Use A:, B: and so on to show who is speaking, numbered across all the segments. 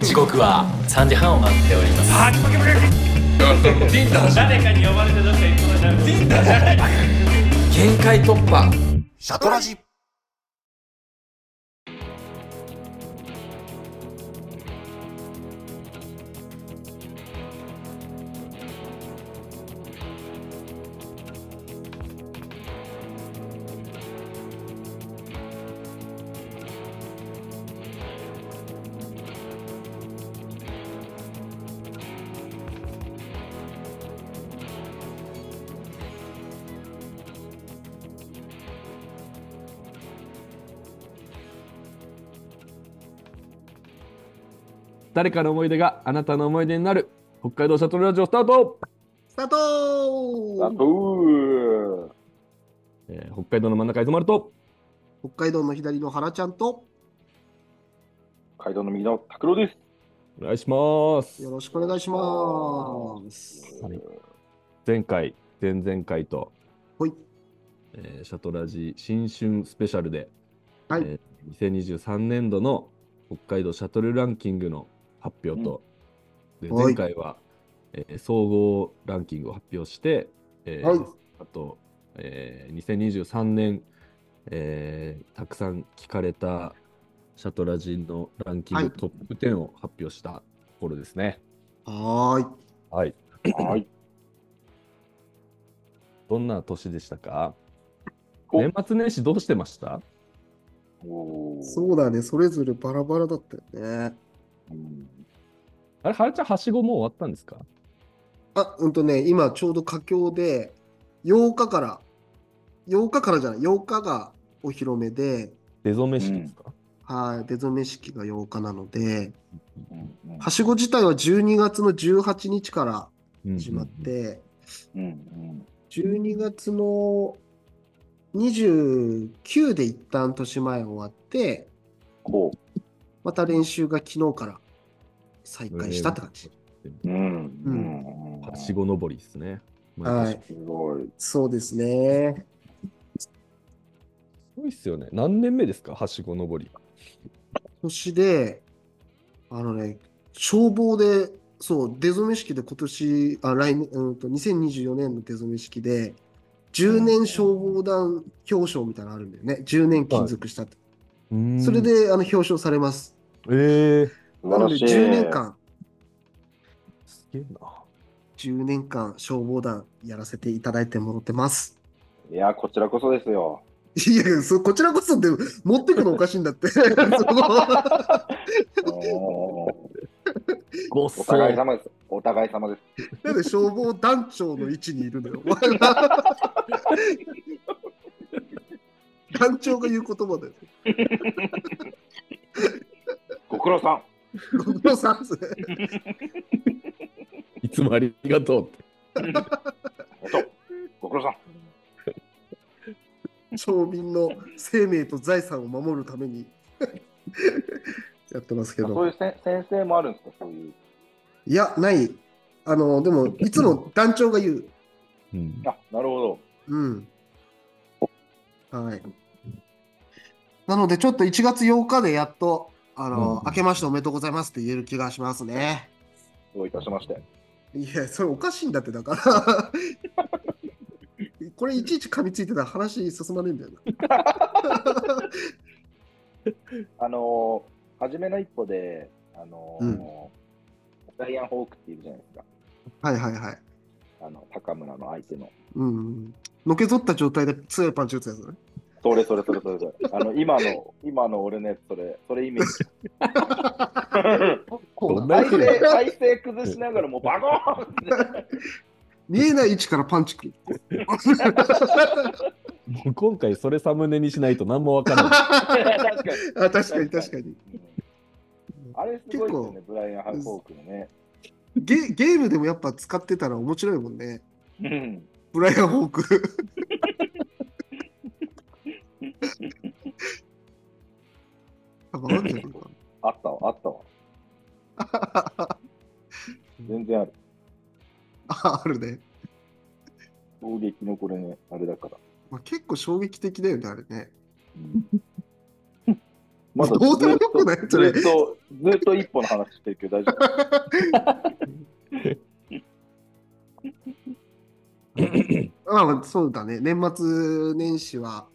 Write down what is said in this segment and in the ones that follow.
A: 時刻は3時半を回っております
B: 誰かに呼ばれてどっか行くことになる
A: 限界突破
C: シャトラジ
D: 誰かの思い出があなたの思い出になる北海道シャトルラジオスタート、
C: スタート
E: あブー
D: えー北海道の真ん中に止まると
C: 北海道の左の原ちゃんと
E: 街道の右の拓郎です。
D: お願いします
C: よろしくお願いします。
D: はい前回前々回と、
C: ほい。
D: えーシャトラジ新春スペシャルで、
C: はい
D: えー2023年度の北海道シャトルランキングの発表と、で
C: はい
D: 前回は、えー総合ランキングを発表して、えー
C: はい
D: あと、えー2023年、えーたくさん聞かれたシャトラジのランキン
C: は
D: グ
C: い
D: トップ10を発表したところですね。
C: はーい。
D: はい、
E: はい。
D: どんな年でしたか
E: お
D: 年末年始どうしてました
E: おー
C: そうだね、それぞれバラバラだったよね。
E: うん
D: あれ、はるちゃん、はしごもう終わったんですか
C: あ、うんとね、今ちょうど佳境で、8日から、8日からじゃない、8日がお披露目で、
D: 出初め式ですか、
C: はい、出初め式が8日なので、
E: うんうん
C: はしご自体は12月の18日から始まって、
E: うんうん
C: 12月の29で一旦年前終わって、
E: こ
C: また練習が昨日から再開したって感じ。
E: う。うん
C: う
E: うん
D: はしご登りですね。
C: は
D: 毎
C: い
D: 年。
E: すごい。
C: そうですね。
D: すごいっすよね。何年目ですか、はしご登り。
C: 年で、あのね、消防で、そう、出初め式で今年、あ、来年、うんと、2024年の出初め式で、10年消防団表彰みたいなのあるんだよね。10年勤続したって。それ。で、あの、表彰されます。
D: えー、
E: 素
C: なの
E: 晴
C: で、
E: らしい。
C: 10年間、
D: すげえな。
C: 10年間消防団やらせていただいてもらってます。
E: いや、こちらこそですよ。
C: いやいや、そこちらこそで持ってくのおかしいんだって。その
E: おー
A: ごっ
E: お
A: そ
E: 互い
A: り
E: 様です。お互い様です。
C: なんで消防団長の位置にいるのよ。団長が言う言葉だよ。
E: ご苦労さん。
C: ご苦労さんですね
D: いつもありがとうって。
E: えっと、ご苦労さん。
C: 町民の生命と財産を守るためにやってますけ
E: そうい
C: ど。
E: うせん先生もあるんですか、そういう。
C: いや、ない。あの、でも、いつも団長が言う。
D: うん、
E: あ、なるほど。
C: うん。はい。なので、ちょっと1月8日でやっと、あの、
D: うん
C: 明けましておめでとうございますって言える気がしますね。
E: どういたしまして。
C: いや、それおかしいんだって、だから。 これいちいち噛みついてたら話進まねえんだよ
E: あのー、初めの一歩で、あのー
C: うん
E: ダイアン・ホークっているじゃないですか。
C: な。はいはいはい。
E: あの、高村の相手の。
C: うん。のけぞった状態で強いパンチ打つやつだね。
E: それそれそれそれそれ。あの、今の、今の俺のやつ、それ、それイメー ジ。
D: どんなや
E: 体
D: つ
E: 勢、体勢崩しながらもうバコーン って。
C: 見えない位置からパンチ くる。
D: もう今回、それサムネにしないと何もわから ない。
E: 確かに。
C: あ確かに確かに。
E: あれすごいですよね、ブライアン・ハンホークのね。
C: ゲゲームでもやっぱ使ってたら面白いもんね。
E: うん
C: ブライアン・ホーク。あわかんないのか
E: あったわ、あったわ。全然ある。
C: あ、あるね。
E: 攻撃のこれね、あれだから。
C: まあ、結構衝撃的だよね、あれね。
E: うんまだ
C: どうでもよくないそれ
E: ずっと、ずっと一歩の話してるけど大丈 夫。
C: まあまあ、そうだね。年末年始は、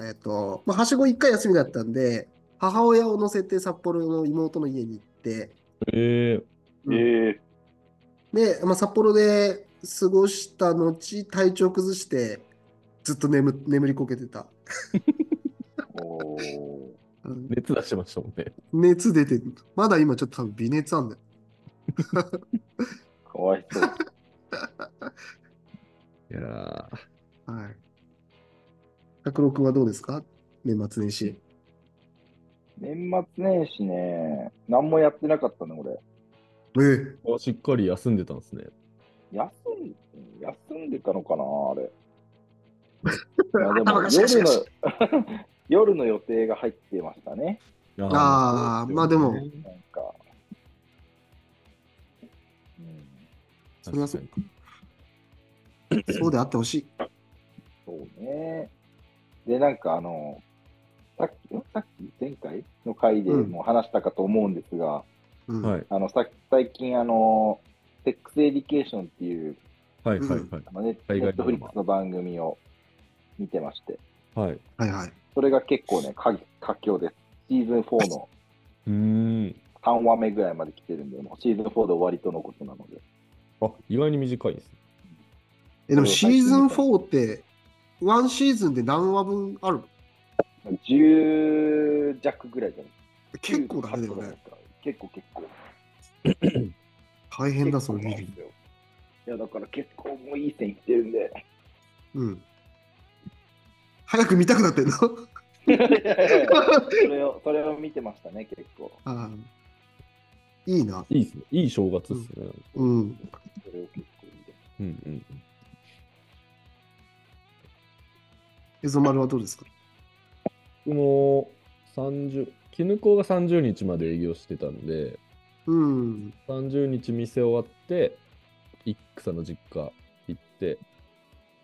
C: えっ、と、まあ、はしご一回休みだったんで、母親を乗せて札幌の妹の家に行って、
D: え
C: うん
E: ええ
C: で、まあ、札幌で過ごした後、体調崩して、ずっと眠、眠りこけてた。
E: おー
C: うん
D: 熱出してましたもんね。
C: 熱出てる。まだ今ちょっと多分微熱あんだよ。
E: かわいそう。
D: いやー
C: はい。拓郎君はどうですか年末年始。
E: 年末年始ね、何もやってなかったの、俺。
C: ええ
D: あしっかり休んでたんですね。
E: 休ん休んでたのかな、あ れ。いやで
C: 頭
E: も
C: がシャカシャ
E: 夜
C: カし
E: の夜の 予定が入ってましたね。
C: あーまあでも
E: なんか。うん、
C: それはそう
D: 確
C: そうであってほしい。
E: そうね。で、なんかあの、さっき、んさっき前回の回で
C: うん
E: も話したかと思うんですが、
C: うん
D: はい
E: あの、さ最近あの、セックスエディケーションっていう、
D: はいはいはい。
E: まあネネ
D: 海外
E: ット
D: ドラマ
E: フリックスの番組を見てまして、
D: はい、う
C: はいはい。
E: それが結構ね、か佳境です。シーズン4の
D: ーん。
E: 3話目ぐらいまで来てるんで、もうシーズン4で終わりとのことなので。
D: あ意外に短いですね。
C: え、でもシーズン4って、ワンシーズンで何話分あるの
E: 10弱ぐらいじゃない
C: 結構だね、でも
E: 9カットだ
C: ね。
E: った結構結構。
C: 大変だ、そのビリ。
E: いや、だから結構もういい線いってるんで。
C: うん。早く見たくなってんの
E: それを、それを見てましたね、結構。
C: ああいいな。
D: いいですね。いい正月ですね。
C: うん。
E: それを結構見て
D: うんうん。
C: エゾマルはどうですか
D: 僕も30、絹子が30日まで営業してたんで、
C: うん。
D: 30日店終わって、一草の実家行って、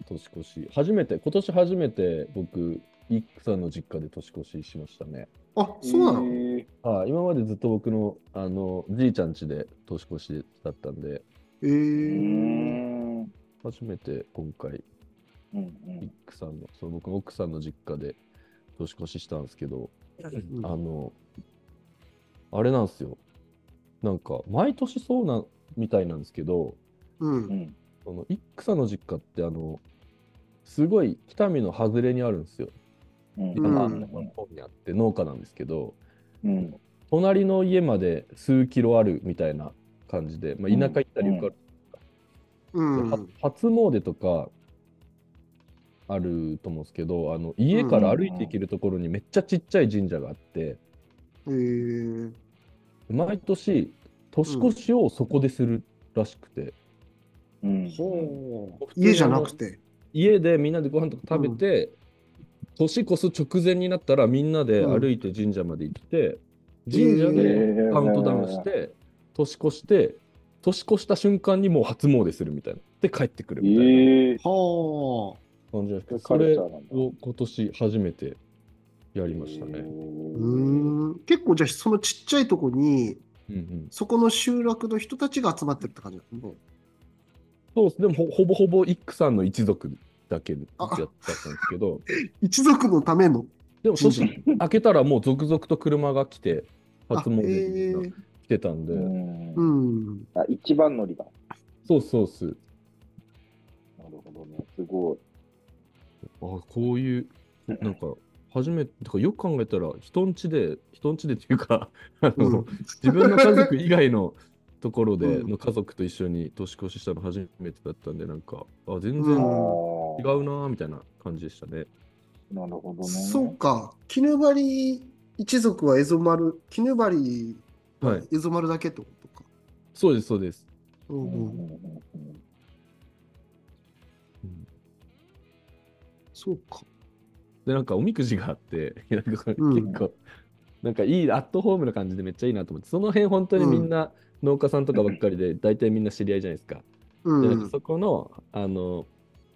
D: 年越し、初めて、今年初めて僕、一草の実家で年越ししましたね。
C: あ、そうな
E: え
C: の
E: ー
D: あ今までずっと僕の、あの、じいちゃん家で年越しだったんで、
C: え
E: うー
C: ー。
E: ん。うん
D: 初めて今回、
E: うん。
D: 奥さんの、そう僕の奥さんの実家で年越ししたんですけど、
C: ん
D: あの、あれなんですよ。なんか、毎年そうなみたいなんですけど、
C: う。
E: うんん。
D: その、一草の実家って、あの、すごい北見の外れにあるんですよ。
E: うん。
C: う
D: 山
C: ん
D: の方にあって、農家なんですけど、
E: うん。
D: 隣の家まで数キロあるみたいな感じで、まあ、田舎行ったりよくある
C: うん。
D: は初詣とかあると思うんですけどあの家から歩いていけるところにめっちゃちっちゃい神社があって
C: えー。
D: 毎年年越しをそこでするらしくて、
E: うん。
C: ほう。家じゃなくて。
D: 家でみんなでご飯とか食べて、年越す直前になったらみんなで歩いて神社まで行って、神社でカウントダウンして、年越して年越した瞬間にもう初詣するみたいなで帰ってくる
E: え
D: みたいな
E: ー、
C: はあ。
D: 感じなんですけど、
E: カ
D: そ
E: ルチ
D: れ
E: ャーなんだ。
D: を今年初めてやりましたね。
C: う
E: う
C: ーん。結構じゃあ、そのちっちゃいとこに、
D: うんうん、
C: そこの集落の人たちが集まってるって感じだ。もう
D: そうですでもほほぼほぼ一クさんの一族だけだったんですけど
C: 一族のための。
D: でも年明けたらもう続々と車が来て初
C: あえ
D: 詣にみんな
C: ー
D: 来てたんで、
E: ん。
C: う
E: うん。
C: ん。
E: あ、一番乗りだ。
D: そうそうそう
E: なるほどね。すごい。
D: あこういうなんか初めてかよく考えたら人んちで人んちでっていうか あの、
C: うん
D: 自分の家族以外 のところで
C: うん
D: の家族と一緒に年越ししたの初めてだったんでなんかあ全然
E: 違
D: 違うんな
C: う
D: ーみたいな感じでしたね。
E: なるほどね。
C: そうか、絹張り一族はエゾマル、絹張り
D: はい
C: エゾマルだけってことか。
D: そうです、そうです。
C: う
E: うんんう
C: うん
E: んうんうん。
C: そうか。
D: で、なんかおみくじがあって、 なんかこれ
C: うん
D: 結構、なんかいい、アットホームな感じでめっちゃいいなと思って、その辺本当にみんな農家さんとかばっかりで、大体みんな知り合いじゃないですか。
C: う
D: で、
C: ん。
D: なんかそこの、あの、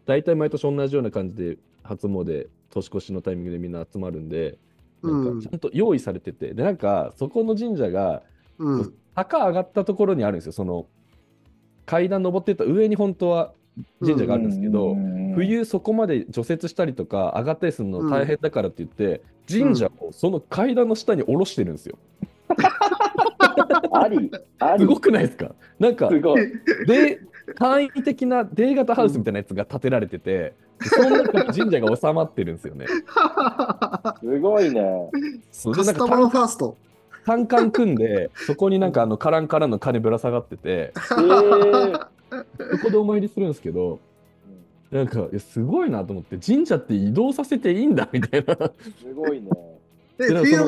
D: 大体毎年同じような感じで、初詣、年越しのタイミングでみんな集まるんで、なんかちゃんと用意されてて、でなんかそこの神社が
C: うん。
D: 坂上がったところにあるんですよその階段登ってった上に本当は神社があるんですけど、冬そこまで除雪したりとか上がったりするの大変だからって言って、神社をその階段の下に下ろしてるんですよ。
E: あり、あり。
D: すごくないですかなんか
E: すごい。
D: で簡易的な D 型ハウスみたいなやつが建てられてて、その中に神社が収まってるんですよね。
E: すごいね。
D: そうでな
C: カ
D: ん
C: ス
D: か
C: タマーファースト。
D: 単管組んでそこになんかあのカランカランの金ぶら下がってて
E: えー
D: そこでお参りするんですけどなんかいやすごいなと思って神社って移動させていいんだみたいな
E: すご いね。
C: で、
D: でなんか
C: 冬
D: その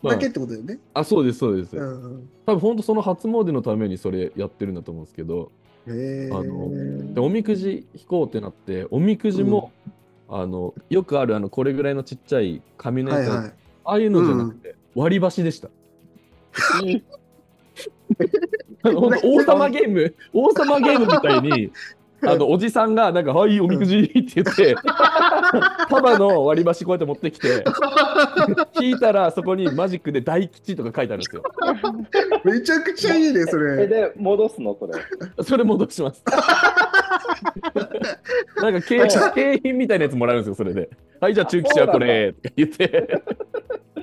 C: 場だけってことだよね。
D: あそうですそうです、
C: うん。
D: 多分ほんとその初詣のためにそれやってるんだと思うんですけど
C: へえ。
D: あのでおみくじ引こうってなっておみくじも、あのよくあるあのこれぐらいのちっちゃい紙の
C: は
D: や
C: い
D: つ、
C: はい。
D: ああいうのじゃなくて、割り箸でした。あの本当 王様ゲーム、王様ゲームみたい に、あのおじさんが、なんか、はい、おみくじって言 って、束の割り箸こうやって持ってきて、引いたら、そこにマジックで大吉とか書いてあるんですよ。
C: めちゃくちゃいいね、そ
E: え、
C: れ。
E: で、戻すのこれ。
D: それ戻し ます。なんか景品、景品みたいなやつもらえるんですよ、それで。はい、じゃあ中吉はこれ、とか言って、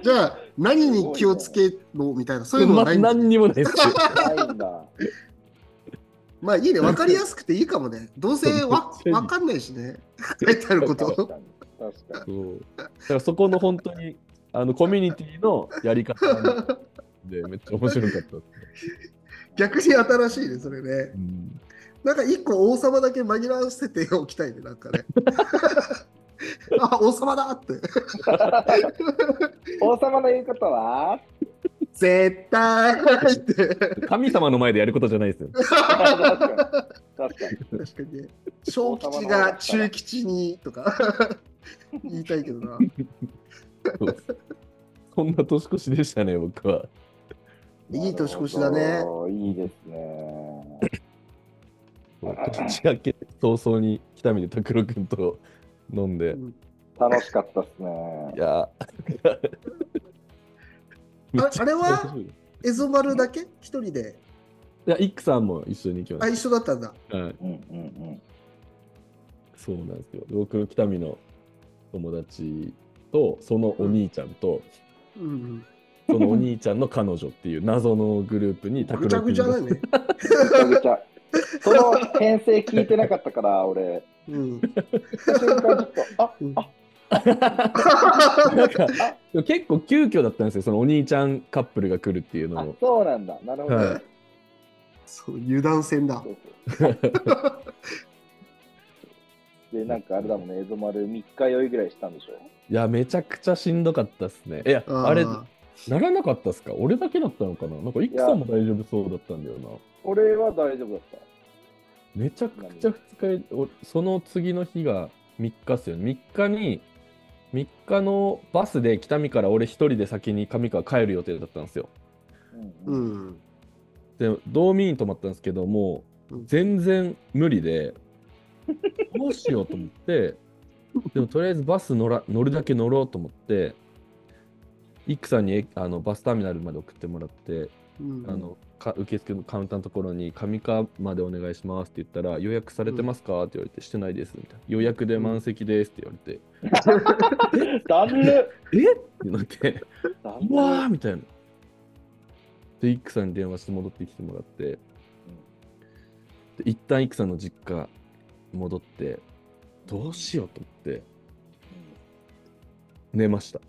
C: じゃあ、何に気をつけろみたいな、そういうの
D: ま
C: はないんだ
D: 何にもないです。
E: ないんだ。
C: まあいいね、分かりやすくていいかもね。どうせわ
D: めっちゃいい
C: 分かんないしね。 書いてあるこ
E: 確
C: と。
E: かに。確か
D: そうだからそこの本当にあのコミュニティのやり方でめっちゃ面白かった、
C: 逆に新しいね、それね。
D: うん
C: なんか一個王様だけ紛らわせておきたいね、なんか ね。あ、王様だって。
E: に。王様の言うことは
C: 絶対って。
D: 神様の前でやることじゃないですよ。
E: 確かに。確かに。
C: 確か にね。小吉が中吉にとか 言いたいけどな。
D: そんな年越しでしたね、僕は。
C: いい年越しだね。
E: いいですね。
D: 年明け早々に北見で拓郎君と飲んで、
E: 楽しかったですね
D: い。やーめっちゃ
C: あれは
D: 久しぶりい
C: エゾ丸だけ一人で。
D: や、イックさんも一緒に行きま
C: あ、
D: し
C: 一緒だったんだ。
D: た。はい、
E: うんうん
D: そうなんですよ。僕、北見の友達と、そのお兄ちゃんと、
C: うん
D: そのお兄ちゃんの彼女っていう謎のグループに
C: うん。
D: 拓
C: ぐちゃ
D: 郎
C: ぐ
D: 君
C: ちゃ
D: が
C: だ
E: う
C: ね。
E: ん。ぐちゃぐちゃ。その編成聞いてなかった から、俺。
C: うん。
E: 瞬間ちょっと、あ
C: うん
D: なんか結構急遽だったんですよそのお兄ちゃんカップルが来るっていうの
E: あ
D: も
E: そうなんだ。なるほど。
D: はい
C: そう、油断戦だ
E: そ。うそうで、なんかあれだもんね、エゾ丸3日酔いぐらいしたんでしょ
D: いやめちゃくちゃしんどかったっすねいやあ
C: ー
D: れならなかったっすか俺だけだったのかななんかいくさんも大丈夫そうだったんだよな
E: 俺は大丈夫だった。
D: めちゃくちゃ2日おその次の日が3日っすよね3日に3日のバスで北見から俺一人で先に上川帰る予定だったんですよ
E: うんう
C: う
E: ん
C: ん。
D: で道民に泊まったんですけども
C: うん
D: 全然無理でどうしようと思ってでもとりあえずバス乗ら乗るだけ乗ろうと思ってイックさんにえあのバスターミナルまで送ってもらって、
C: うん
D: あのか受付のカウンターのところに「上川までお願いします」って言ったら「予約されてますか?」って言われて「してないです」みたいな「予約で満席です」って言われて
E: だる
D: 「えっ?」ってなって
E: だ
D: うわー
E: る
D: みたいな。で、イックさんに電話して戻ってきてもらって、で一旦イックさんの実家戻って、どうしようと思って、寝ました。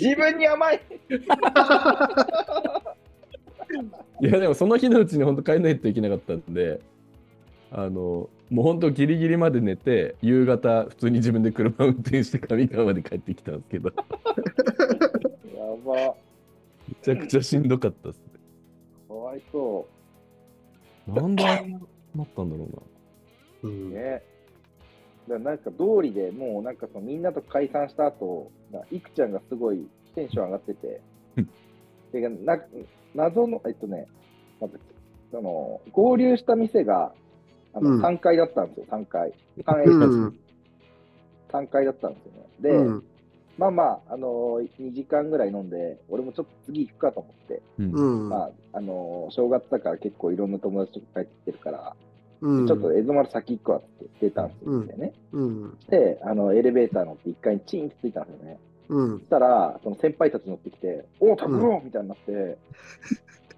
E: 自分に甘い
D: いや、でもその日のうちに本当帰んないといけなかったんで、あの、もう本当ギリギリまで寝て、夕方、普通に自分で車を運転して上川まで帰ってきたんですけ ど、
E: やば。
D: めちゃくちゃしんどかったですね。
E: かわいそ
D: なんであんななったんだろうな。
C: う
E: う。
C: ん
E: ね。だからなんか道理でもうなんかそのみんなと解散した後、なんかいくちゃんがすごいテンション上がってて
D: うん、
E: でな謎の、えっとね、なんだっけその合流した店があの、
C: うん
E: 3階だったんですよ、3階。3階
C: うん。
E: 3階だったんですよね。で、
C: うん。
E: まあまあ、あのー、2時間ぐらい飲んで、俺もちょっと次行くかと思って、
D: うん
C: うん。
E: まあ、あのー正月だから結構いろんな友達とか帰ってきてるから、
C: うん。
E: ちょっと江戸丸先行くわって出たんですよね。
C: うん。
E: で、あの、エレベーター乗って1階にチーンってついたんですよね。
C: うん
E: そし。たら、その先輩たち乗ってきて、おお、拓郎みたいにな って、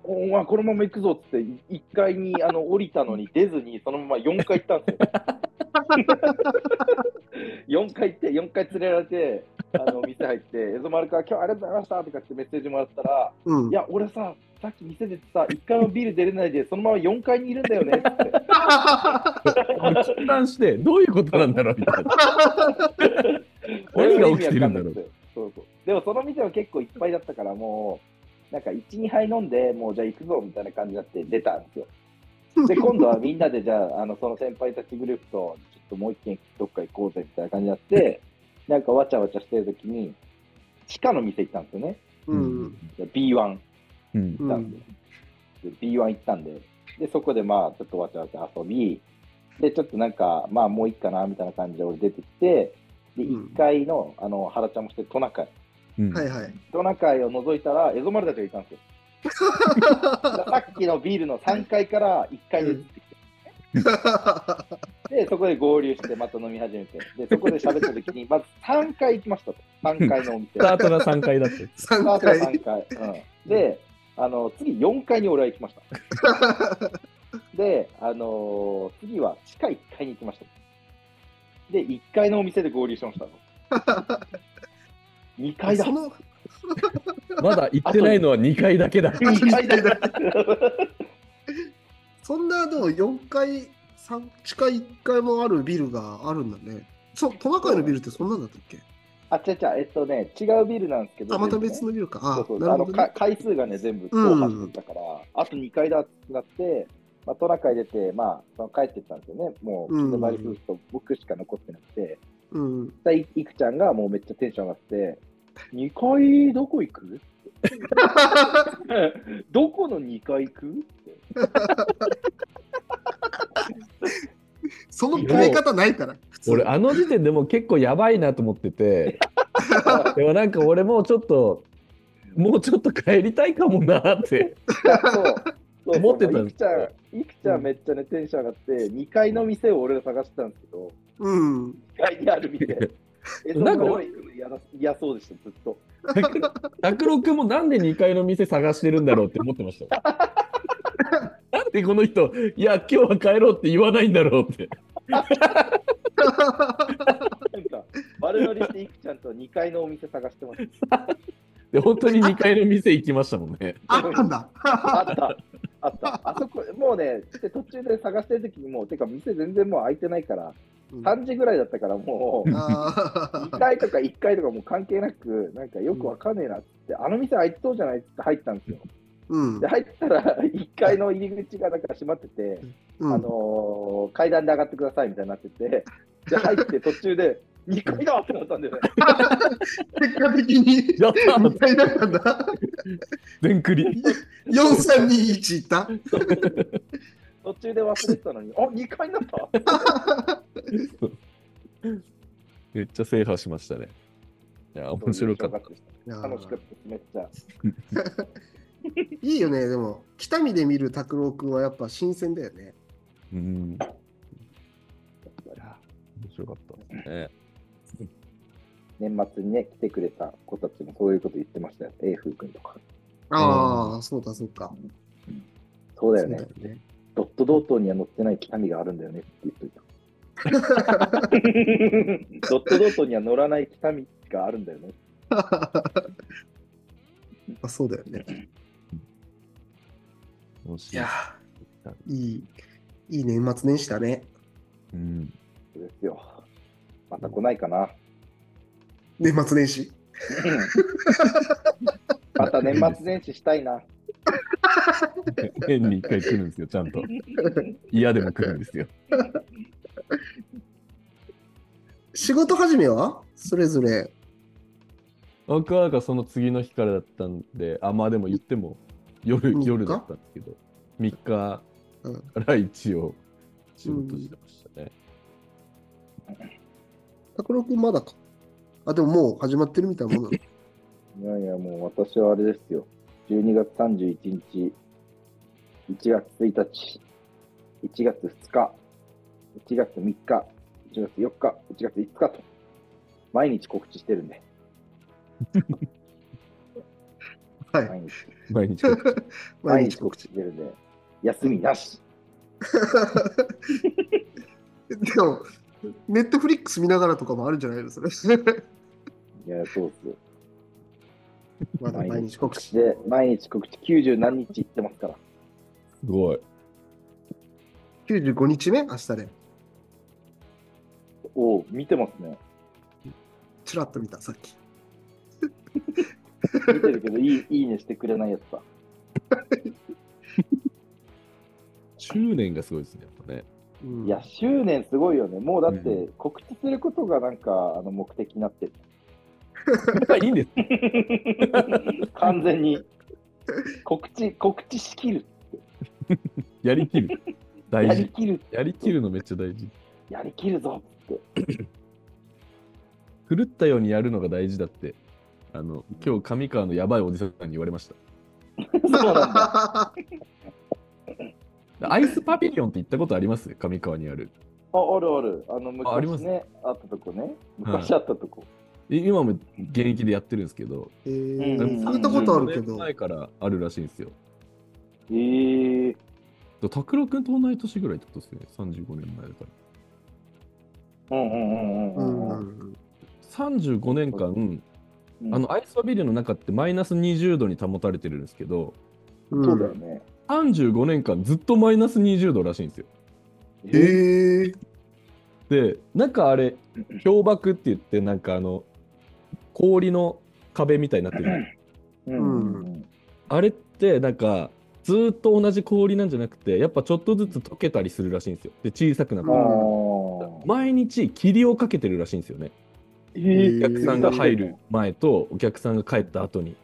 E: おお、このまま行くぞっつって、1階にあの降りたのに出ずに、そのまま4階行ったんですよ。4階 行って、4階連れられて、あの店入って、エゾマルから今日ありがとうございましたとかってメッセージもらったら、
C: うん
E: い。や、俺さ、さっき店でさ、1階のビール出れないで、そのまま4階にいるんだよねって。
D: 混乱して、どういうことなんだろうみたいな。何が起きてるんだろう
E: そうそうでもその店は結構いっぱいだったからもうなんか12杯飲んでもうじゃあ行くぞみたいな感じになって出たんですよ で今度はみんなでじゃああのその先輩たちグループとちょっともう一軒どっか行こうぜみたいな感じにな ってなんかわちゃわちゃしてる時に地下の店行ったんですよね
C: うん。
E: で B1 行っ
D: うん。
E: たんですよ、で B1 行ったんででそこでまあちょっとわちゃわちゃ遊びでちょっとなんかまあもういいかなみたいな感じで俺出てきてで
C: うん
E: 1階のあの原ちゃんもしてトナカイ
D: うん
C: はいはい。
E: トナカイを覗いたら、エゾマルたちがいたんですよ。だからさっきのビールの3階から1階に移ってきて、そこで合流して、また飲み始めて、でそこで喋った時 に、まず3階行きましたと、3階のお店。
D: スタートが3回だって。
E: スタ
C: 3
E: ートは
C: 回。
E: 3階。うん、で、あの次4階に俺は行きました。 で、あのー次は地下1階に行きました。で、1階のお店で合流しましたと。2階だ
C: そ。の
D: まだ行ってないのは2回だけだ。
E: 2階 だ。
C: そんなでも4階、3地下1階もあるビルがあるんだね。そう、トナカイのビルってそんなんだったっけ
E: あ、違う違う、えっとね、違うビルなんですけど、
C: あ、また別
E: の。
C: のビルか。
E: そ
C: あ
E: う、そう
C: な
E: あ
C: る
E: の
C: ほど
E: か
C: ね。
E: 回数がね、全部
C: うん
E: 後半だったから、あと2回だってなって、まあ、トナカイ出て、まあ、その帰ってったんですよね、もう、
C: うん
E: うん、マリスーと僕しか残ってなくて、
C: うん。
E: でいいくちゃんがもうめっちゃテンション上がって、2階どこ行 くってどこの2階行 くって
C: その変え方ないから、普通。
D: 俺、あの時点でもう結構やばいなと思ってて、でもなんか俺もうちょっと、もうちょっと帰りたいかもなって。
E: そうそう
D: 思ってたん
E: い
D: で
E: く
D: す
E: ちゃん、いくちゃんめっちゃね、テンション上がって、2階の店を俺が探してたんですけど、
C: うん。
E: 2階にある店。えそ
D: なんか
E: 俺行くの嫌だ嫌そうでした、ずっと。
D: 拓郎君もなんで2階の店探してるんだろうって思ってました。なんでこの人、いや、今日は帰ろうって言わないんだろうって。
E: なんか、丸乗りしていくちゃんと2階のお店探してます。
D: で、本当に2階の店行きましたもんね。
C: あったんだ。
E: あった、あった。あそこ、もうね、で途中で探してる時にもう、てか店全然もう開いてないから、3時ぐらいだったからもう、
C: あー
E: 2階とか1階とかもう関係なく、なんかよくわかんねえなっつって、あの店開いてそうじゃないっつって入ったんですよ。
C: うん
E: で、。入ったら1階の入り口がなんか閉まってて、
C: うん
E: あのー階段で上がってくださいみたいになってて、で、入って途中で、2階だってなったんだよね。
C: 結果的に
D: やった
C: 2回だった んだ。
D: 全クリ。
C: 4321いった。
E: 途中で忘れてた のに、あ2階になった
D: めっちゃ制覇しましたね。いや、面白かった。
C: いやー
E: 楽しかっためっちゃ。
C: いいよね、でも、北見で見る拓郎くんはやっぱ新鮮だよね。
D: うん。面白かったですね。
E: 年末にね、来てくれた子たちもそういうこと言ってましたよ。英風君とか。
C: ああ、そうか、そうか。
E: そうだ
C: そ
E: よね
C: うだ。よね。
E: ドット同等には載ってない北見があるんだよねって言っといた。 ドット同等には乗らない北見があるんだよね。
C: あ そうだよね。
D: 面白
A: いや
C: いい、いい年末年始だね。
D: うん。
E: そうですよ。また来ないか な。
C: 年末年始。
E: また年末年始したいな。
D: 年に一回来るんですよ、ちゃ んと。嫌でも来るんですよ。
C: 仕事始めはそれぞれ。
D: 僕はなんかその次の日からだったんで、あ、まあでも言っても夜
C: 三日
D: 夜だったんですけど、3日
C: うん
D: から一応仕事してましたね。
C: 拓郎くんまだか。あ、でももう始まってるみたいな もんな
E: い
C: の。
E: やいや、もう私はあれですよ。12月31日、1月1日、1月2日、1月3日、1月4日、1月5日と、毎日告知してるんで、
C: はい。
E: 毎日、
D: 毎日。
C: 毎日告知。
E: してるんで、休みなし。
C: でも、ネットフリックス見ながらとかもあるんじゃないのそれ。
E: いや、そうですよ。
C: まだ毎日告知。
E: で、毎日告知90何日行ってますから。
D: すごい。
C: 95日目明日で。
E: おお、見てますね。
C: ちらっと見た、さっき。
E: 見てるけど、いい、いいねしてくれないやつだ。
D: 執念がすごいですね、やっぱね。
C: うん
E: い や、執念すごいよね。もうだって、告知することがなんか、あの、目的になってる。
D: まあいいんです。
E: 完全に告知、告知しきる、
D: やりきる。大
E: やり
D: 事。
E: きる、
D: やりきるのめっちゃ大事。
E: やりきるぞ って。
D: 狂ったようにやるのが大事だって。あの、今日上川のやばいおじさんに言われました。
E: そうなんだ。
D: アイスパビリオンって行ったことあります上川にある。
E: あ、あるある。あの、
D: あありま
E: 昔
D: す
E: ね、あったとこね。昔あったとこ。
D: い今も現役でやってるんですけど、
C: え
E: うん
C: ー聞いたことあるけ
D: 35年
C: ど、
D: 前からあるらしいんですよ。
E: えー、
D: と拓郎君と同じ年ぐらいってことですね、35年前だから。
E: うんうんうんう
C: うん
E: うんん
C: う
E: うん。
C: ん
D: 35年間、
E: うん
D: あのアイスパビリオンの中ってマイナス20度に保たれてるんですけど、
C: うん、
E: そうだよね。
D: 35年間ずっとマイナス20度らしいんですよ。
C: えー、
D: で、なんかあれ、氷瀑って言って、なんかあの、氷の壁みたいになってる。
E: うんうん
D: あれって、なんか、ずーっと同じ氷なんじゃなくて、やっぱちょっとずつ溶けたりするらしいんですよ。で、小さくなっ
E: うん。あ
D: て。
E: ー
D: 毎日霧をかけてるらしいんですよね。
E: え
D: お
E: ー
D: 客さんが入る前とお客さんが帰った後に、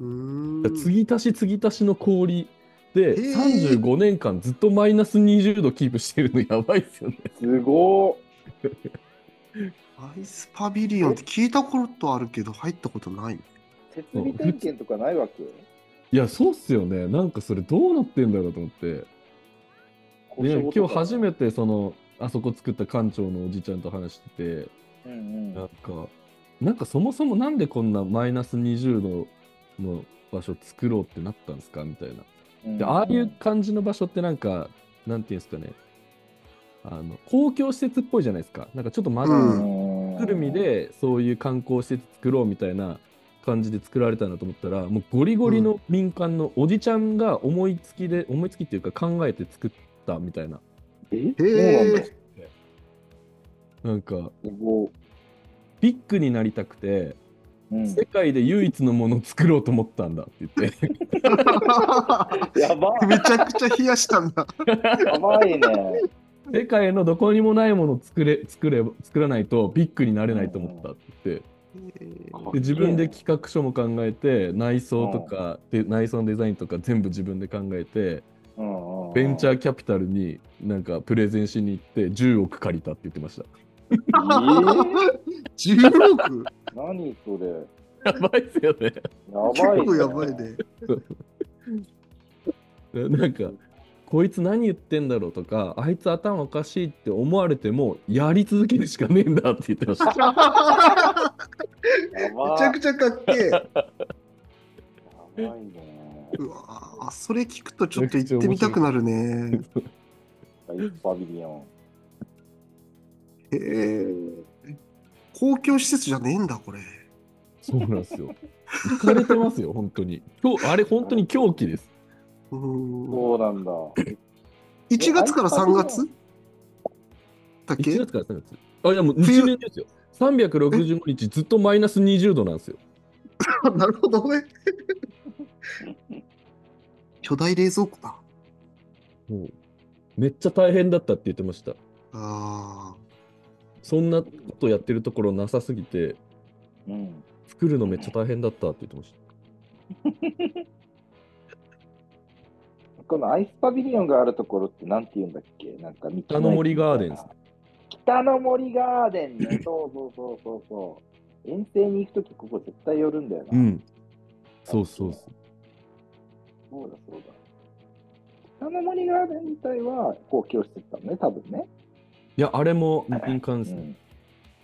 C: うー
D: だ
C: ん
D: から継ぎ足し継ぎ足しの氷で
C: へえ
D: 35年間ずっとマイナス20度キープしてるのやばいっすよね。
E: すご
C: アイスパビリオンって聞いたことあるけど入ったことないね
E: ー。設備点検とかないわけ
D: いやそうっすよねなんかそれどうなってんだろうと思って
E: 故
D: で
E: 障
D: 今
E: と
D: 日
E: か
D: 初めてそのあそこ作った館長のおじちゃんと話してて
E: うんう
D: なん
E: ん
D: かなんかそもそもなんでこんなマイナス20度の場所作ろうってなったんですかみたいな。
E: うん。
D: でああいう感じの場所ってなんか、なんていうんですかね、あの公共施設っぽいじゃないですか。なんかちょっとま
C: う
D: だ
E: うん
D: くるみ、で、そういう観光施設作ろうみたいな感じで作られたなと思ったら、もうゴリゴリの民間のおじちゃんが思いつきで、思いつきっていうか考えて作ったみたいな。
E: え
C: へ
E: そうなんだ。
C: え
D: なんか、
E: すごい
D: ビッグになりたくて、
E: うん
D: 世界で唯一のものを作ろうと思ったんだって言 って、
E: やば
C: めちゃくちゃ冷やしたんだ
E: やばいね。
D: 世界のどこにもないものを作れ、作れ、作らないとビッグになれないと思ったって言って、で自分で企画書も考えて内装とか、で内装のデザインとか全部自分で考えてベンチ
E: ャ
D: ャーキャピタルになんかプレゼンしに行って10億借りたって言ってました。
E: ー。
C: 10億
E: 何それ。や
D: やばいっすよね。
E: ばい、ね。
C: 結構やばいね。
D: なんかこいつ何言ってんだろうとかあいつ頭おかしいって思われてもやり続けるしかねえんだって言ってました
C: め
E: やばい。
C: ちゃくちゃかっけえ
E: やばいね。
C: うわあそれ聞くとちょっと行ってみたくなるね。
E: アイスパビリオン。
C: へえ。公共施設じゃねえんだ、これ。
D: そうなんですよ。浮かれてますよ本当に。今日あれ本当に狂気です。
C: うーん。
E: そうなんだ。
C: 1月から3月だっけ
D: 1月から3月。あいやもう1年ですよ。365日ずっとマイナス20度なんですよ。
C: なるほどね。 巨大冷蔵庫だ。
D: もうめっちゃ大変だったって言ってました。
C: あ
D: そんなことやってるところなさすぎて、
E: うん。
D: 作るのめっちゃ大変だったって言ってました。
E: このアイスパビリオンがあるところってなんて言うんだっけなんか
D: 北の森ガーデンです
E: 北の森ガーデンね。そうそうそうそうそ遠征に行くとき、ここ絶対寄るんだよな。
D: うん。そうそうそう。
E: そうだそうだ。北の森ガーデン自体は公共施設だもんね、多分ね。
D: いや、あれも民間です
E: う
D: ね。
E: ん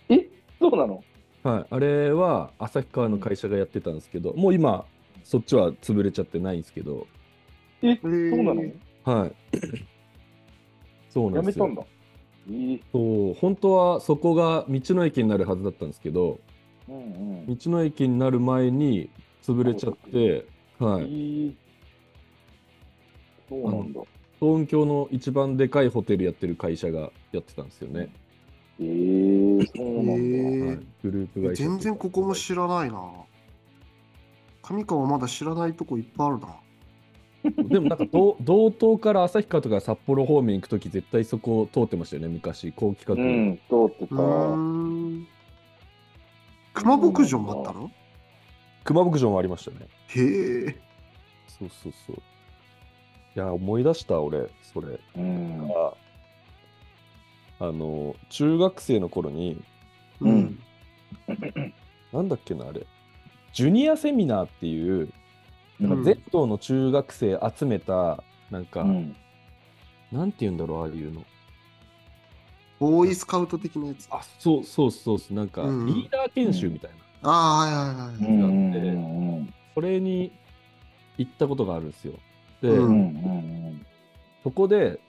E: えそうなの
D: はい。あれは旭川の会社がやってたんですけど、もう今、そっちは潰れちゃってないんですけど、
E: え
C: そ
E: そうなのや
D: はい。 そうな
E: め
D: んです
E: た
D: よ
E: ん。だ。えー
D: そう本当はそこが道の駅になるはずだったんですけど
E: うんうん
D: 道の駅になる前に潰れちゃって、は
E: え
D: い、
E: ーそうなんだ。
D: 東京の一番でかいホテルやってる会社がやってたんですよね、
E: えー、そうなんだ。
C: へえ
D: はい、グループ会社
C: 全然ここも知らないな。上川まだ知らないとこいっぱいあるな。
D: でもなんか道 道東から旭川とか札幌方面行く時絶対そこを通ってましたよね昔高規格、
E: うん、通ってた
C: う。ーん。熊牧場もあったの
D: 熊牧場もありましたね
C: へえ。
D: そうそうそういや思い出した俺それ
E: うん。
D: あの中学生の頃に
E: うん
D: なんだっけなあれジュニアセミナーっていうなん
C: うん
D: か全島の中学生集めたなんか、
E: うん
D: なんて言うんだろうああいうの
C: ボーイスカウト的なやつ。あ
D: あそうそうそうそうなんか、
C: うん
D: リーダー研修みたいな、
C: あー、はいはい
E: うん
C: はい。
E: うんうん
D: それに行ったことがあるんですよで、
E: う
C: うん
E: んうん
D: そこで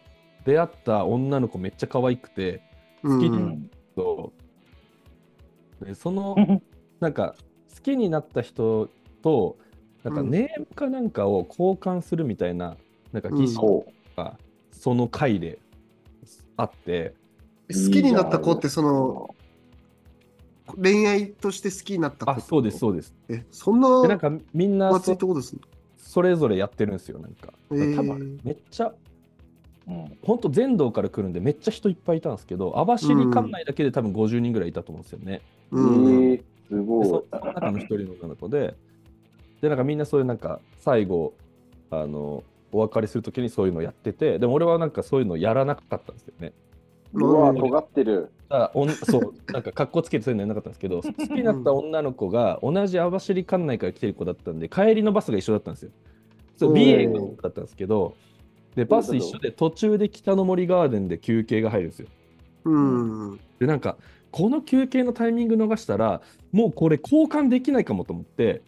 D: 出会った女の子めっちゃ可愛くて
C: う。
D: き
E: うんん
D: そうでその
E: うん
D: なんか好きになった人となんか
C: うん
D: ネームかなんかを交換するみたいななんか
C: う
D: 儀
C: ん
D: 式
E: そ
D: がその回であって、
E: う。
C: 好きになった子って、その、恋愛として好きになった子。
D: あそうです。そうです
C: え、そんな、
D: でなんかみんな
C: 熱い
D: そ
C: ってことですね。
D: それぞれやってるんですよなんか
C: へー
D: 多分めっちゃ
E: うん。
D: 本当全道から来るんでめっちゃ人いっぱいいたんですけど網走管内だけで多分50人ぐらいいたと思うんですよね、
C: うん。
E: えーすご
D: で
E: い。
D: そその中の一人の女の子で、で、なんかみんなそういうなんか最後、あの、お別れするときにそういうのやってて、でも俺はなんかそういうのやらなかったんですよね。
E: うわ、尖ってる。
D: だからおんそう、なんか格好つけてそういうのやらなかったん ですけど、好きになった女の子が同じ網走管内から来てる子だったんで、帰りのバスが一緒だったんですよ。そう、
C: おー
D: BA が多かったんですけど、で、バス一緒で途中で北の森ガーデンで休憩が入るんですよ。
C: うん。
D: で、なんか、この休憩のタイミング逃したら、もうこれ交換できないかもと思って、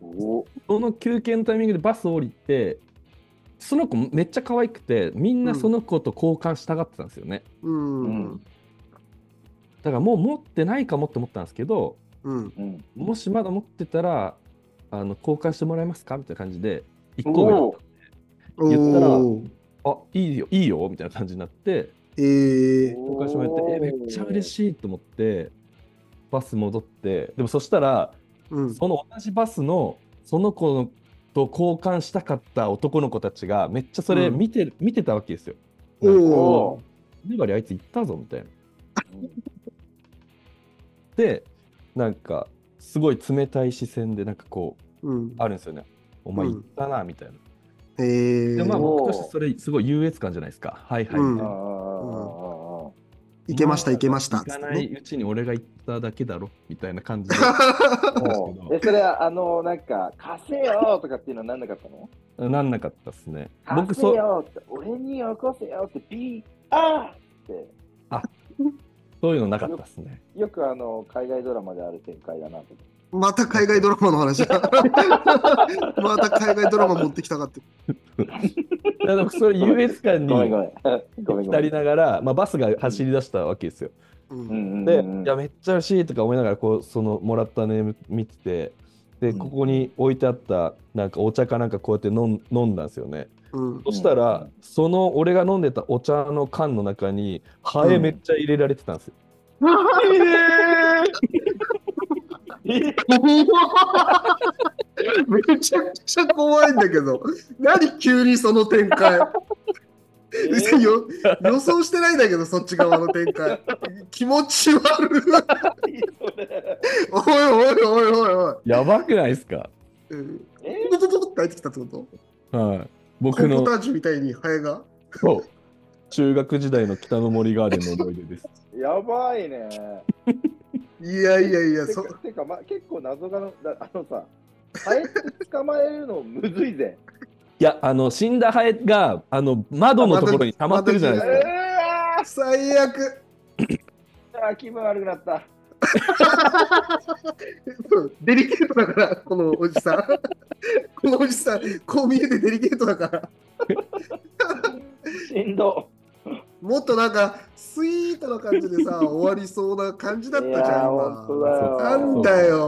E: お
D: その休憩のタイミングでバス降りてその子めっちゃ可愛くてみんなその子と交換したがってたんですよね、
C: うん。
D: だからもう持ってないかもって思ったんですけど
C: うん。
E: うん。
D: もしまだ持ってたらあの交換してもらえますかみたいな感じで1個上だ
E: お
D: っ
E: ー
D: 言ったら
C: おー
D: たあいいよいいよみたいな感じになって
C: ええ。
D: 交換してもらえてえめっちゃ嬉
E: い。
D: しいと思ってバス戻ってでもそしたら
C: うん。
D: その同じバスのその子と交換したかった男の子たちがめっちゃそれ見て,、見てたわけですよ。
C: おー
D: デバリあいつ行ったぞみたいな。でなんかすごい冷たい視線でなんかこう
C: うん。
D: あるんですよね。お前
C: うん
D: 行ったなみたいな。
C: ええ。
D: でまあ
E: お
D: 僕としてそれすごい優越感じゃないですか。はいはい。
C: うん
E: あーあーあーあ
D: 行
E: ー
C: いけました、いけました。
D: かないうちに俺が行っただけだろみたいな感じで。
E: お ーえ、それは、あの、なんか、貸せよとかっていうのはなんなかったの
D: なんなかったですね。僕
E: 貸せ
D: そう
E: よって、俺によこせよって、ビー、あーっ
D: そういうのなかったですね。
E: て、よくあの、海外ドラマである展開だなと思って。
C: また海外ドラマ の話だ。また海外ドラマ持ってきたかって。
D: だから僕それ優越感に
E: ごめん ごめん。ごめんご
D: 浸
E: め
D: り
E: ん。
D: ながら、まあ、バスが走り出したわけですよ。
C: う。
E: うんんうん
D: で、
E: うん
D: いやめっちゃ嬉しいとか思いながらこうそのもらったネーム見ててで
E: うん
D: ここに置いてあったなんかお茶かなんかこうやって飲ん飲んだんですよね、
C: うん。
D: そしたら、
E: うん
D: その俺が飲んでたお茶の缶の中にハエめっちゃ入れられてたんですよ、
C: めちゃくちゃ怖いんだけど。何急にその展開。よ予想してないんだけど、そっち側の展開。気持ち悪い。おいおいおいおいおい。
D: やばくないですか、
C: うん
E: え
C: トトトトって入ってきたってこと
D: はい、
C: コ
D: 僕
C: ーンポタ
D: の
C: ージュみたいにハエが。
D: そう中学時代の北の森ガーデンの思い出です
E: やばいね。
C: いやいやいや、
E: て
C: そ
E: か、てかま、結構謎がの、だあのさ、ハエって捕まえるのむずいぜ。
D: いや、あの、死んだハエが、あの、窓のところに溜まってるじゃないうで
E: わ
D: すか。
C: 最悪。
E: ーあー気分悪くなった。
C: そうデリケートだから、このおじさん。 このおじさん、こう見えてデリケートだから。
E: しんど。
C: もっとなんか、スイートな感じでさ、終わりそうな感じだったじ
E: い
C: ゃ
E: や
C: ん、
E: ー本当だよ
C: 今。なんだよ、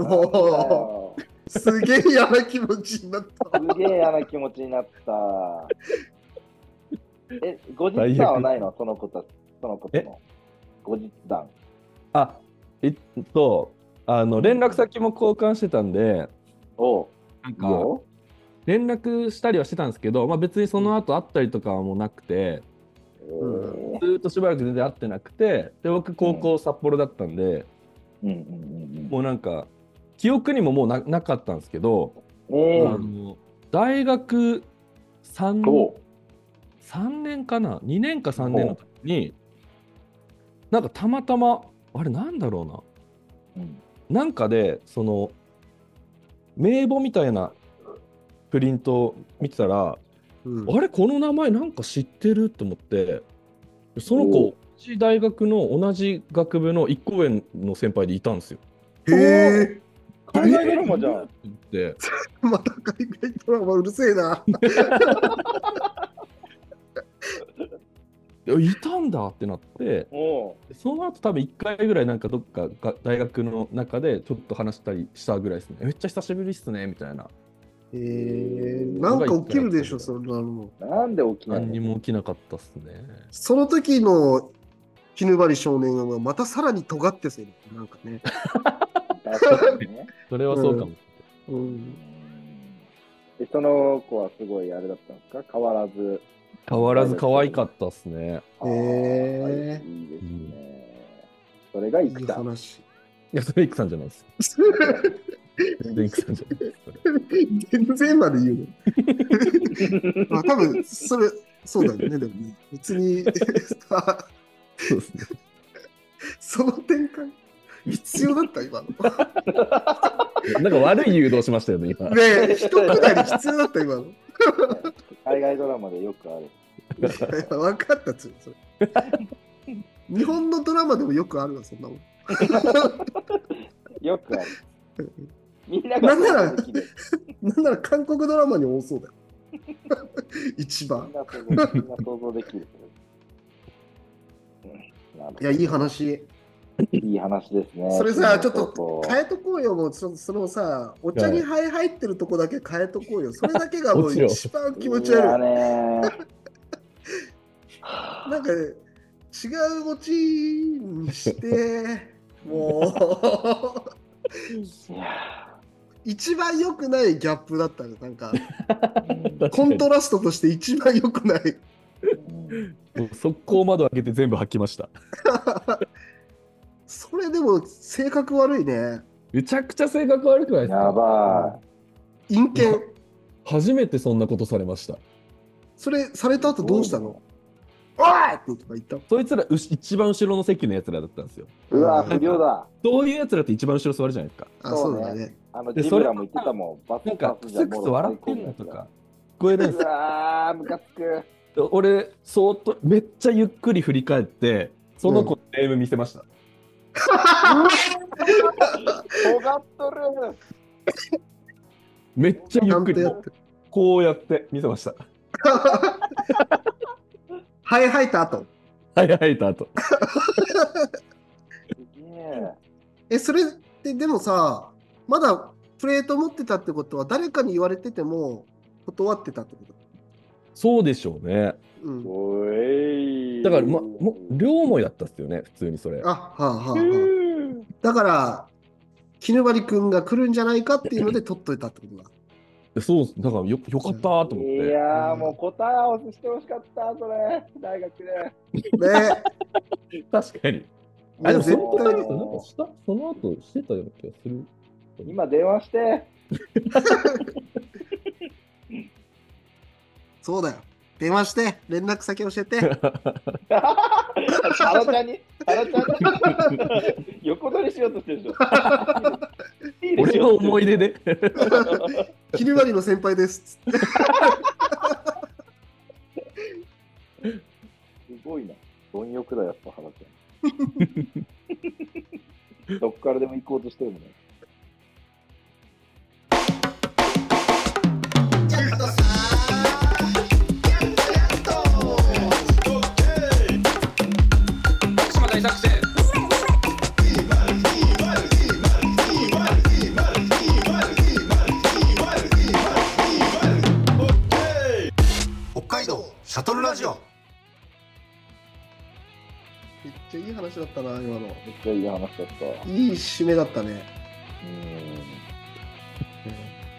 C: も
E: も
C: う。すげえ嫌な気持ちになった。
E: すげえ嫌な気持ちになった。え、後日談はないのその子と、その子との。後日談。
D: あ、えっと、あの、連絡先も交換してたんで、
E: おう、
D: なん
E: いい
D: か、
E: よ。
D: 連絡したりはしてたんですけど、まあ別にその後会ったりとかはもうなく
E: う
D: て、
E: ん
D: ずーっとしばらく全然会ってなくて、で、僕、高校札幌だったんで、
E: うんうん
D: もうなんか、記憶にももうななかったんですけど、
E: うん。え
D: あの大学3
E: ー、おう
D: 三年かな2年か3年の時になんかたまたまあれなんだろ
E: うん
D: うななんかでその名簿みたいなプリントを見てたら、
C: うん
D: あれこの名前なんか知ってると思ってその
E: お
D: 子同じ大学の同じ学部の1個上の先輩でいたんですよ。
C: へえ、
E: 海外ドラマじゃん。
D: で
C: また海外ドラマうるせえな。
D: いたんだってなって。
E: おう。
D: でその後多分1回ぐらいなんかどっかが大学の中でちょっと話したりしたぐらいですね。めっちゃ久しぶりっすねみたいな。
C: えー、なんか起きるでしょ、そんなの。
E: なんで起きない
D: 何に
E: の
D: も起きなかったっすね。
C: その時の絹張少年はまたさらに尖ってせる。なんかね。
E: 確かにね
D: それはそうかも。
C: うん、
E: でその子はすごいあれだったんですか変わらず。
D: 変わらず可愛かったっすね。
E: あー
C: へー
E: いいですね。それが
C: いい
E: 生きた。
C: 話。
D: いや、それイクさんじゃない です。全然イクさんじゃないです。それ
C: 全然まで言うの。まあ多分それ、そうだよね、でもね。別に、 あ
D: そうですね。
C: その展開、必要だった、今の。
D: なんか悪い誘導しましたよね、今。
C: ねえ、一くだり必要だった、今の。い
E: 海外ドラマでよくある。
C: や分かったっつうのそれ。日本のドラマでもよくあるわ、そんなもん。
E: よくある。 みんな
C: な
E: が
C: んなら
E: 好きで。
C: なんなら韓国ドラマに多そうだよ。 一
E: み
C: 番
E: ん。な想像みんな想像できる。うん
C: いや、いい。話。
E: いい話ですね。
C: それさ、ちょっ
E: そう
C: と
E: そう
C: 変えとこうよ、もうそそのさ、お茶にハエ入ってるとこだけ変えとこうよ。それだけがも
D: も
C: う
D: ちろん
C: 一番気持ち悪い。
E: いやね
C: なんか、違うオチにして、 もう、
E: いや
C: 一番良くないギャップだったね。なんか、
E: ー
C: コントラストとして一番良くない。
E: うん
D: もう速攻窓開けて全部吐きました。
C: それでも性格悪いね。
D: めちゃくちゃ性格悪くないです
E: や
D: か
E: ば
C: 陰険。
D: 初めてそんなことされました。
C: それされ
E: い。
C: た後どうしたのおいってとか言った
D: そいつらうし一番後ろの席のやつらだったんですよ。
E: うわ、不良だ。
D: そういうやつらって一番後ろ座るじゃないですか。
C: あ、そうだね。
E: あの、
D: で
E: ジブラも言ってたもん。バス
D: なんか
E: パ
D: ク
E: スじゃ
D: スク
E: も
D: ス
E: う
D: 笑ってんのとか聞こえるんで
E: うわー、ムカつく。
D: すよ。俺、そーっとめっちゃゆっくり振り返って、その子のネーム見せました。
E: 尖っとる。
D: めっちゃゆっく
C: ち
D: り
C: ゃんとやっ、
D: こうやって見せました。
C: ハエ吐いた後。
D: はいはいとあと。
E: すげえ。
C: え、それってでもさ、まだプレート持ってたってことは、誰かに言われてても断ってたってこと。
D: そうでしょうね。
C: うん。
E: おい。
D: だから、ま、も両思いだったっすよね、普通にそれ。
C: あ、はあはあ、はあ、だから、絹張くんが来るんじゃないかっていうので取っといたってことだ。
D: そうっす、だからよよかったーと思っ
E: い
D: て。
E: やー、もう答え合わせしてほしかった、それ。大学で。
C: ね
D: 確かに。
C: え。
D: あ、でも
C: い
D: そ
C: や
E: 絶
D: の
E: 対
D: 後なんかした、その後してたような気がする。
E: 今、電話して。
C: そうだよ。電話して、連絡先教えて。
E: タロちゃんに、原ちゃん 横取りしようとしてるでしょ。
D: 俺の思い出 で
C: ひりわりの先輩です。つって
E: すごいな。貪欲だ、やっぱ原ち ゃん。どっからでも行こうとしてるもんね。
F: 北海道シャトルラジオ
C: めっちゃいい話だったな、今の。
E: めっちゃいい話だった。うん。
C: いい締めだったね。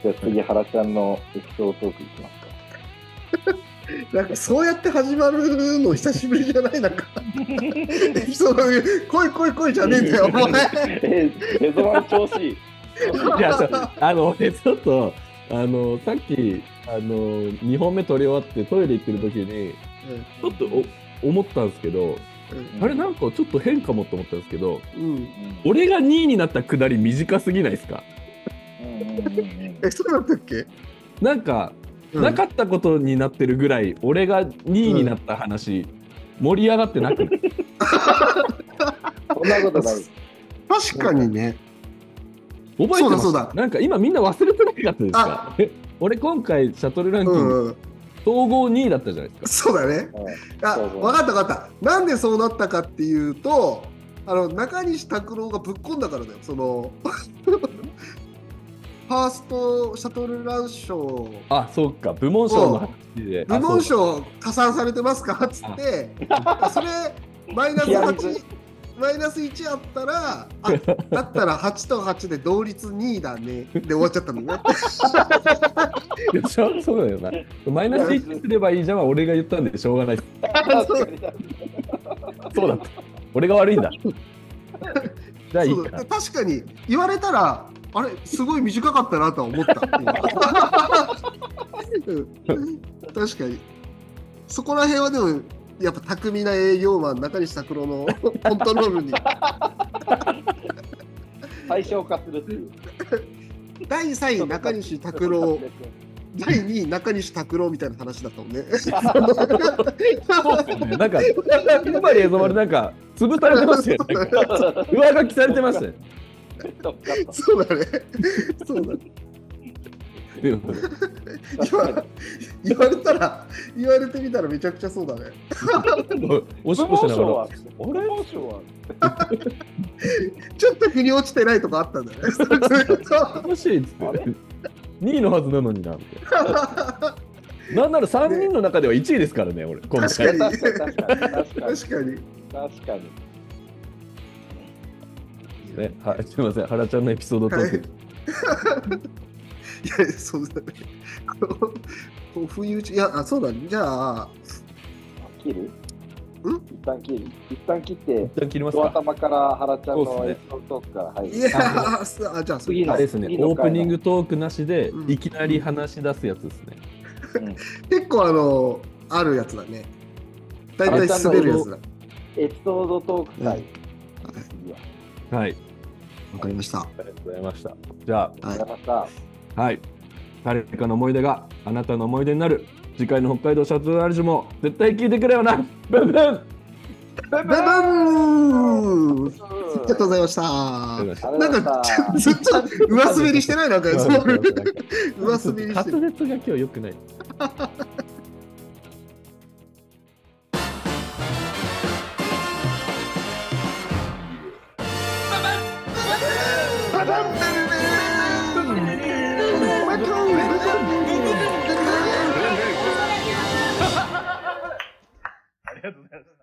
E: じゃあ次、原ちゃんのエピソードトークいき ますか。
C: なんかそうやって始まるの久しぶりじゃないなんか。そういう、来い来い来いじゃねえんだよ、お前。
E: えー、レゾマン調子いい。
D: いやさあの俺ちょっとあのさっきあの2本目撮り終わってトイレ行ってる時にちょっとお思ったんですけど
C: う
D: あれなんかちょっと変かもって思ったんですけど
C: ん。うん。
E: うん
D: 俺が2位になったくだり短すぎないですか
E: うんうんうんうん
C: え、そうだったっけ
D: なんか、なかったことになってるぐらい俺が2位になった話、盛り上がってな くない
E: そんなことない。
C: 確かにね。
D: 覚えてます
C: そうだそうだ
D: なんか今みんな忘れてなかったですか
C: あ
D: え 俺今回シャトルランキン
C: う
D: グ
C: ん、うん。
D: 統合2位だったじゃないですか、
C: そうだね。
E: はい
C: あ、
E: そうそう
C: わかったわかった。なんでそうなったかっていうと、あの中西拓郎がぶっ込んだからだよ。その ファーストシャトルラン賞
D: あそうか部門賞の話で
C: 部門
D: あそう
C: 賞加算されてますかっつって、あそれマイナス8、マイナス1あったら、あだったら8と8で同率2位だねで終わっちゃっ たのね。
D: だでしょそうだよなマイナス1すればいいじゃんは俺が言ったんでしょうがないです
E: 確かに
D: そうだった俺が悪 いんだじゃあいい
C: そう
D: か
C: だ確かに言われたら、あれ、すごい短かったなとは思った。うん確かに。そこら辺はでも、やっぱ巧みな営業マン、中西拓郎のコントロー ルに、
E: 最小化するっていう。
C: 第3位、中西拓郎。第2位中西拓郎みたいな話だったもんね。
D: そうですよねなんかやっぱり映像丸なんか潰されてますよねなんか上書きされてましたよ
C: そうだね。そうだね。
D: でも
C: 言わ言われたら、言われてみたらめちゃくちゃそうだね。
D: おしっこしながら。
E: 部門賞は
C: ちょっと腑に落ちてないとかあったんだね。それずっと
D: 楽しいっつって。2位のはずなのになみたいな。なんなら3人の中では1位ですからね、俺、今
C: 確か
D: 回。
C: に。
E: 確かに確かに確かに
C: 確かに。
E: 確かに。
D: ねはい、すみません、原ちゃんのエピソードトーク。
C: いや、そうだね。こうこう不意打ち、いや、あそうだ、ね、じゃあ、
E: 切る一旦切る一旦切って、
D: 一旦切ります
E: ドア
D: か。
E: 頭から原ちゃん
D: そうっ
E: の
D: すね
E: エピソードトークから入
C: い
E: る。
C: や、あそうあじゃあ、そ
E: 次
D: あ
E: の
D: れですね
E: いい、の
D: オ
E: か
D: ープニングトークなしで
C: う、ん
D: いきなり話し出すやつですね。
C: 結構、あの、あるやつだね。大体滑るやつだ。
E: エピソードトーク会。次は
D: はい、
C: わかりました。
D: ありがとうございました。じゃ
C: はい
E: や。りました。
D: あ、はい、誰かの思い出があなたの思い出になる。次回の北海道シャツのラジオも絶対聞いてくれよな。ブンブンあり
E: バイ
C: バイバーイ
E: バ
C: ありがとうございました。
D: がとうございました
C: なんか、ずっと上滑りしてないなんか、その上滑り
D: 滑
C: してる。
D: 舌が今日良くない。
B: ありがとうございます。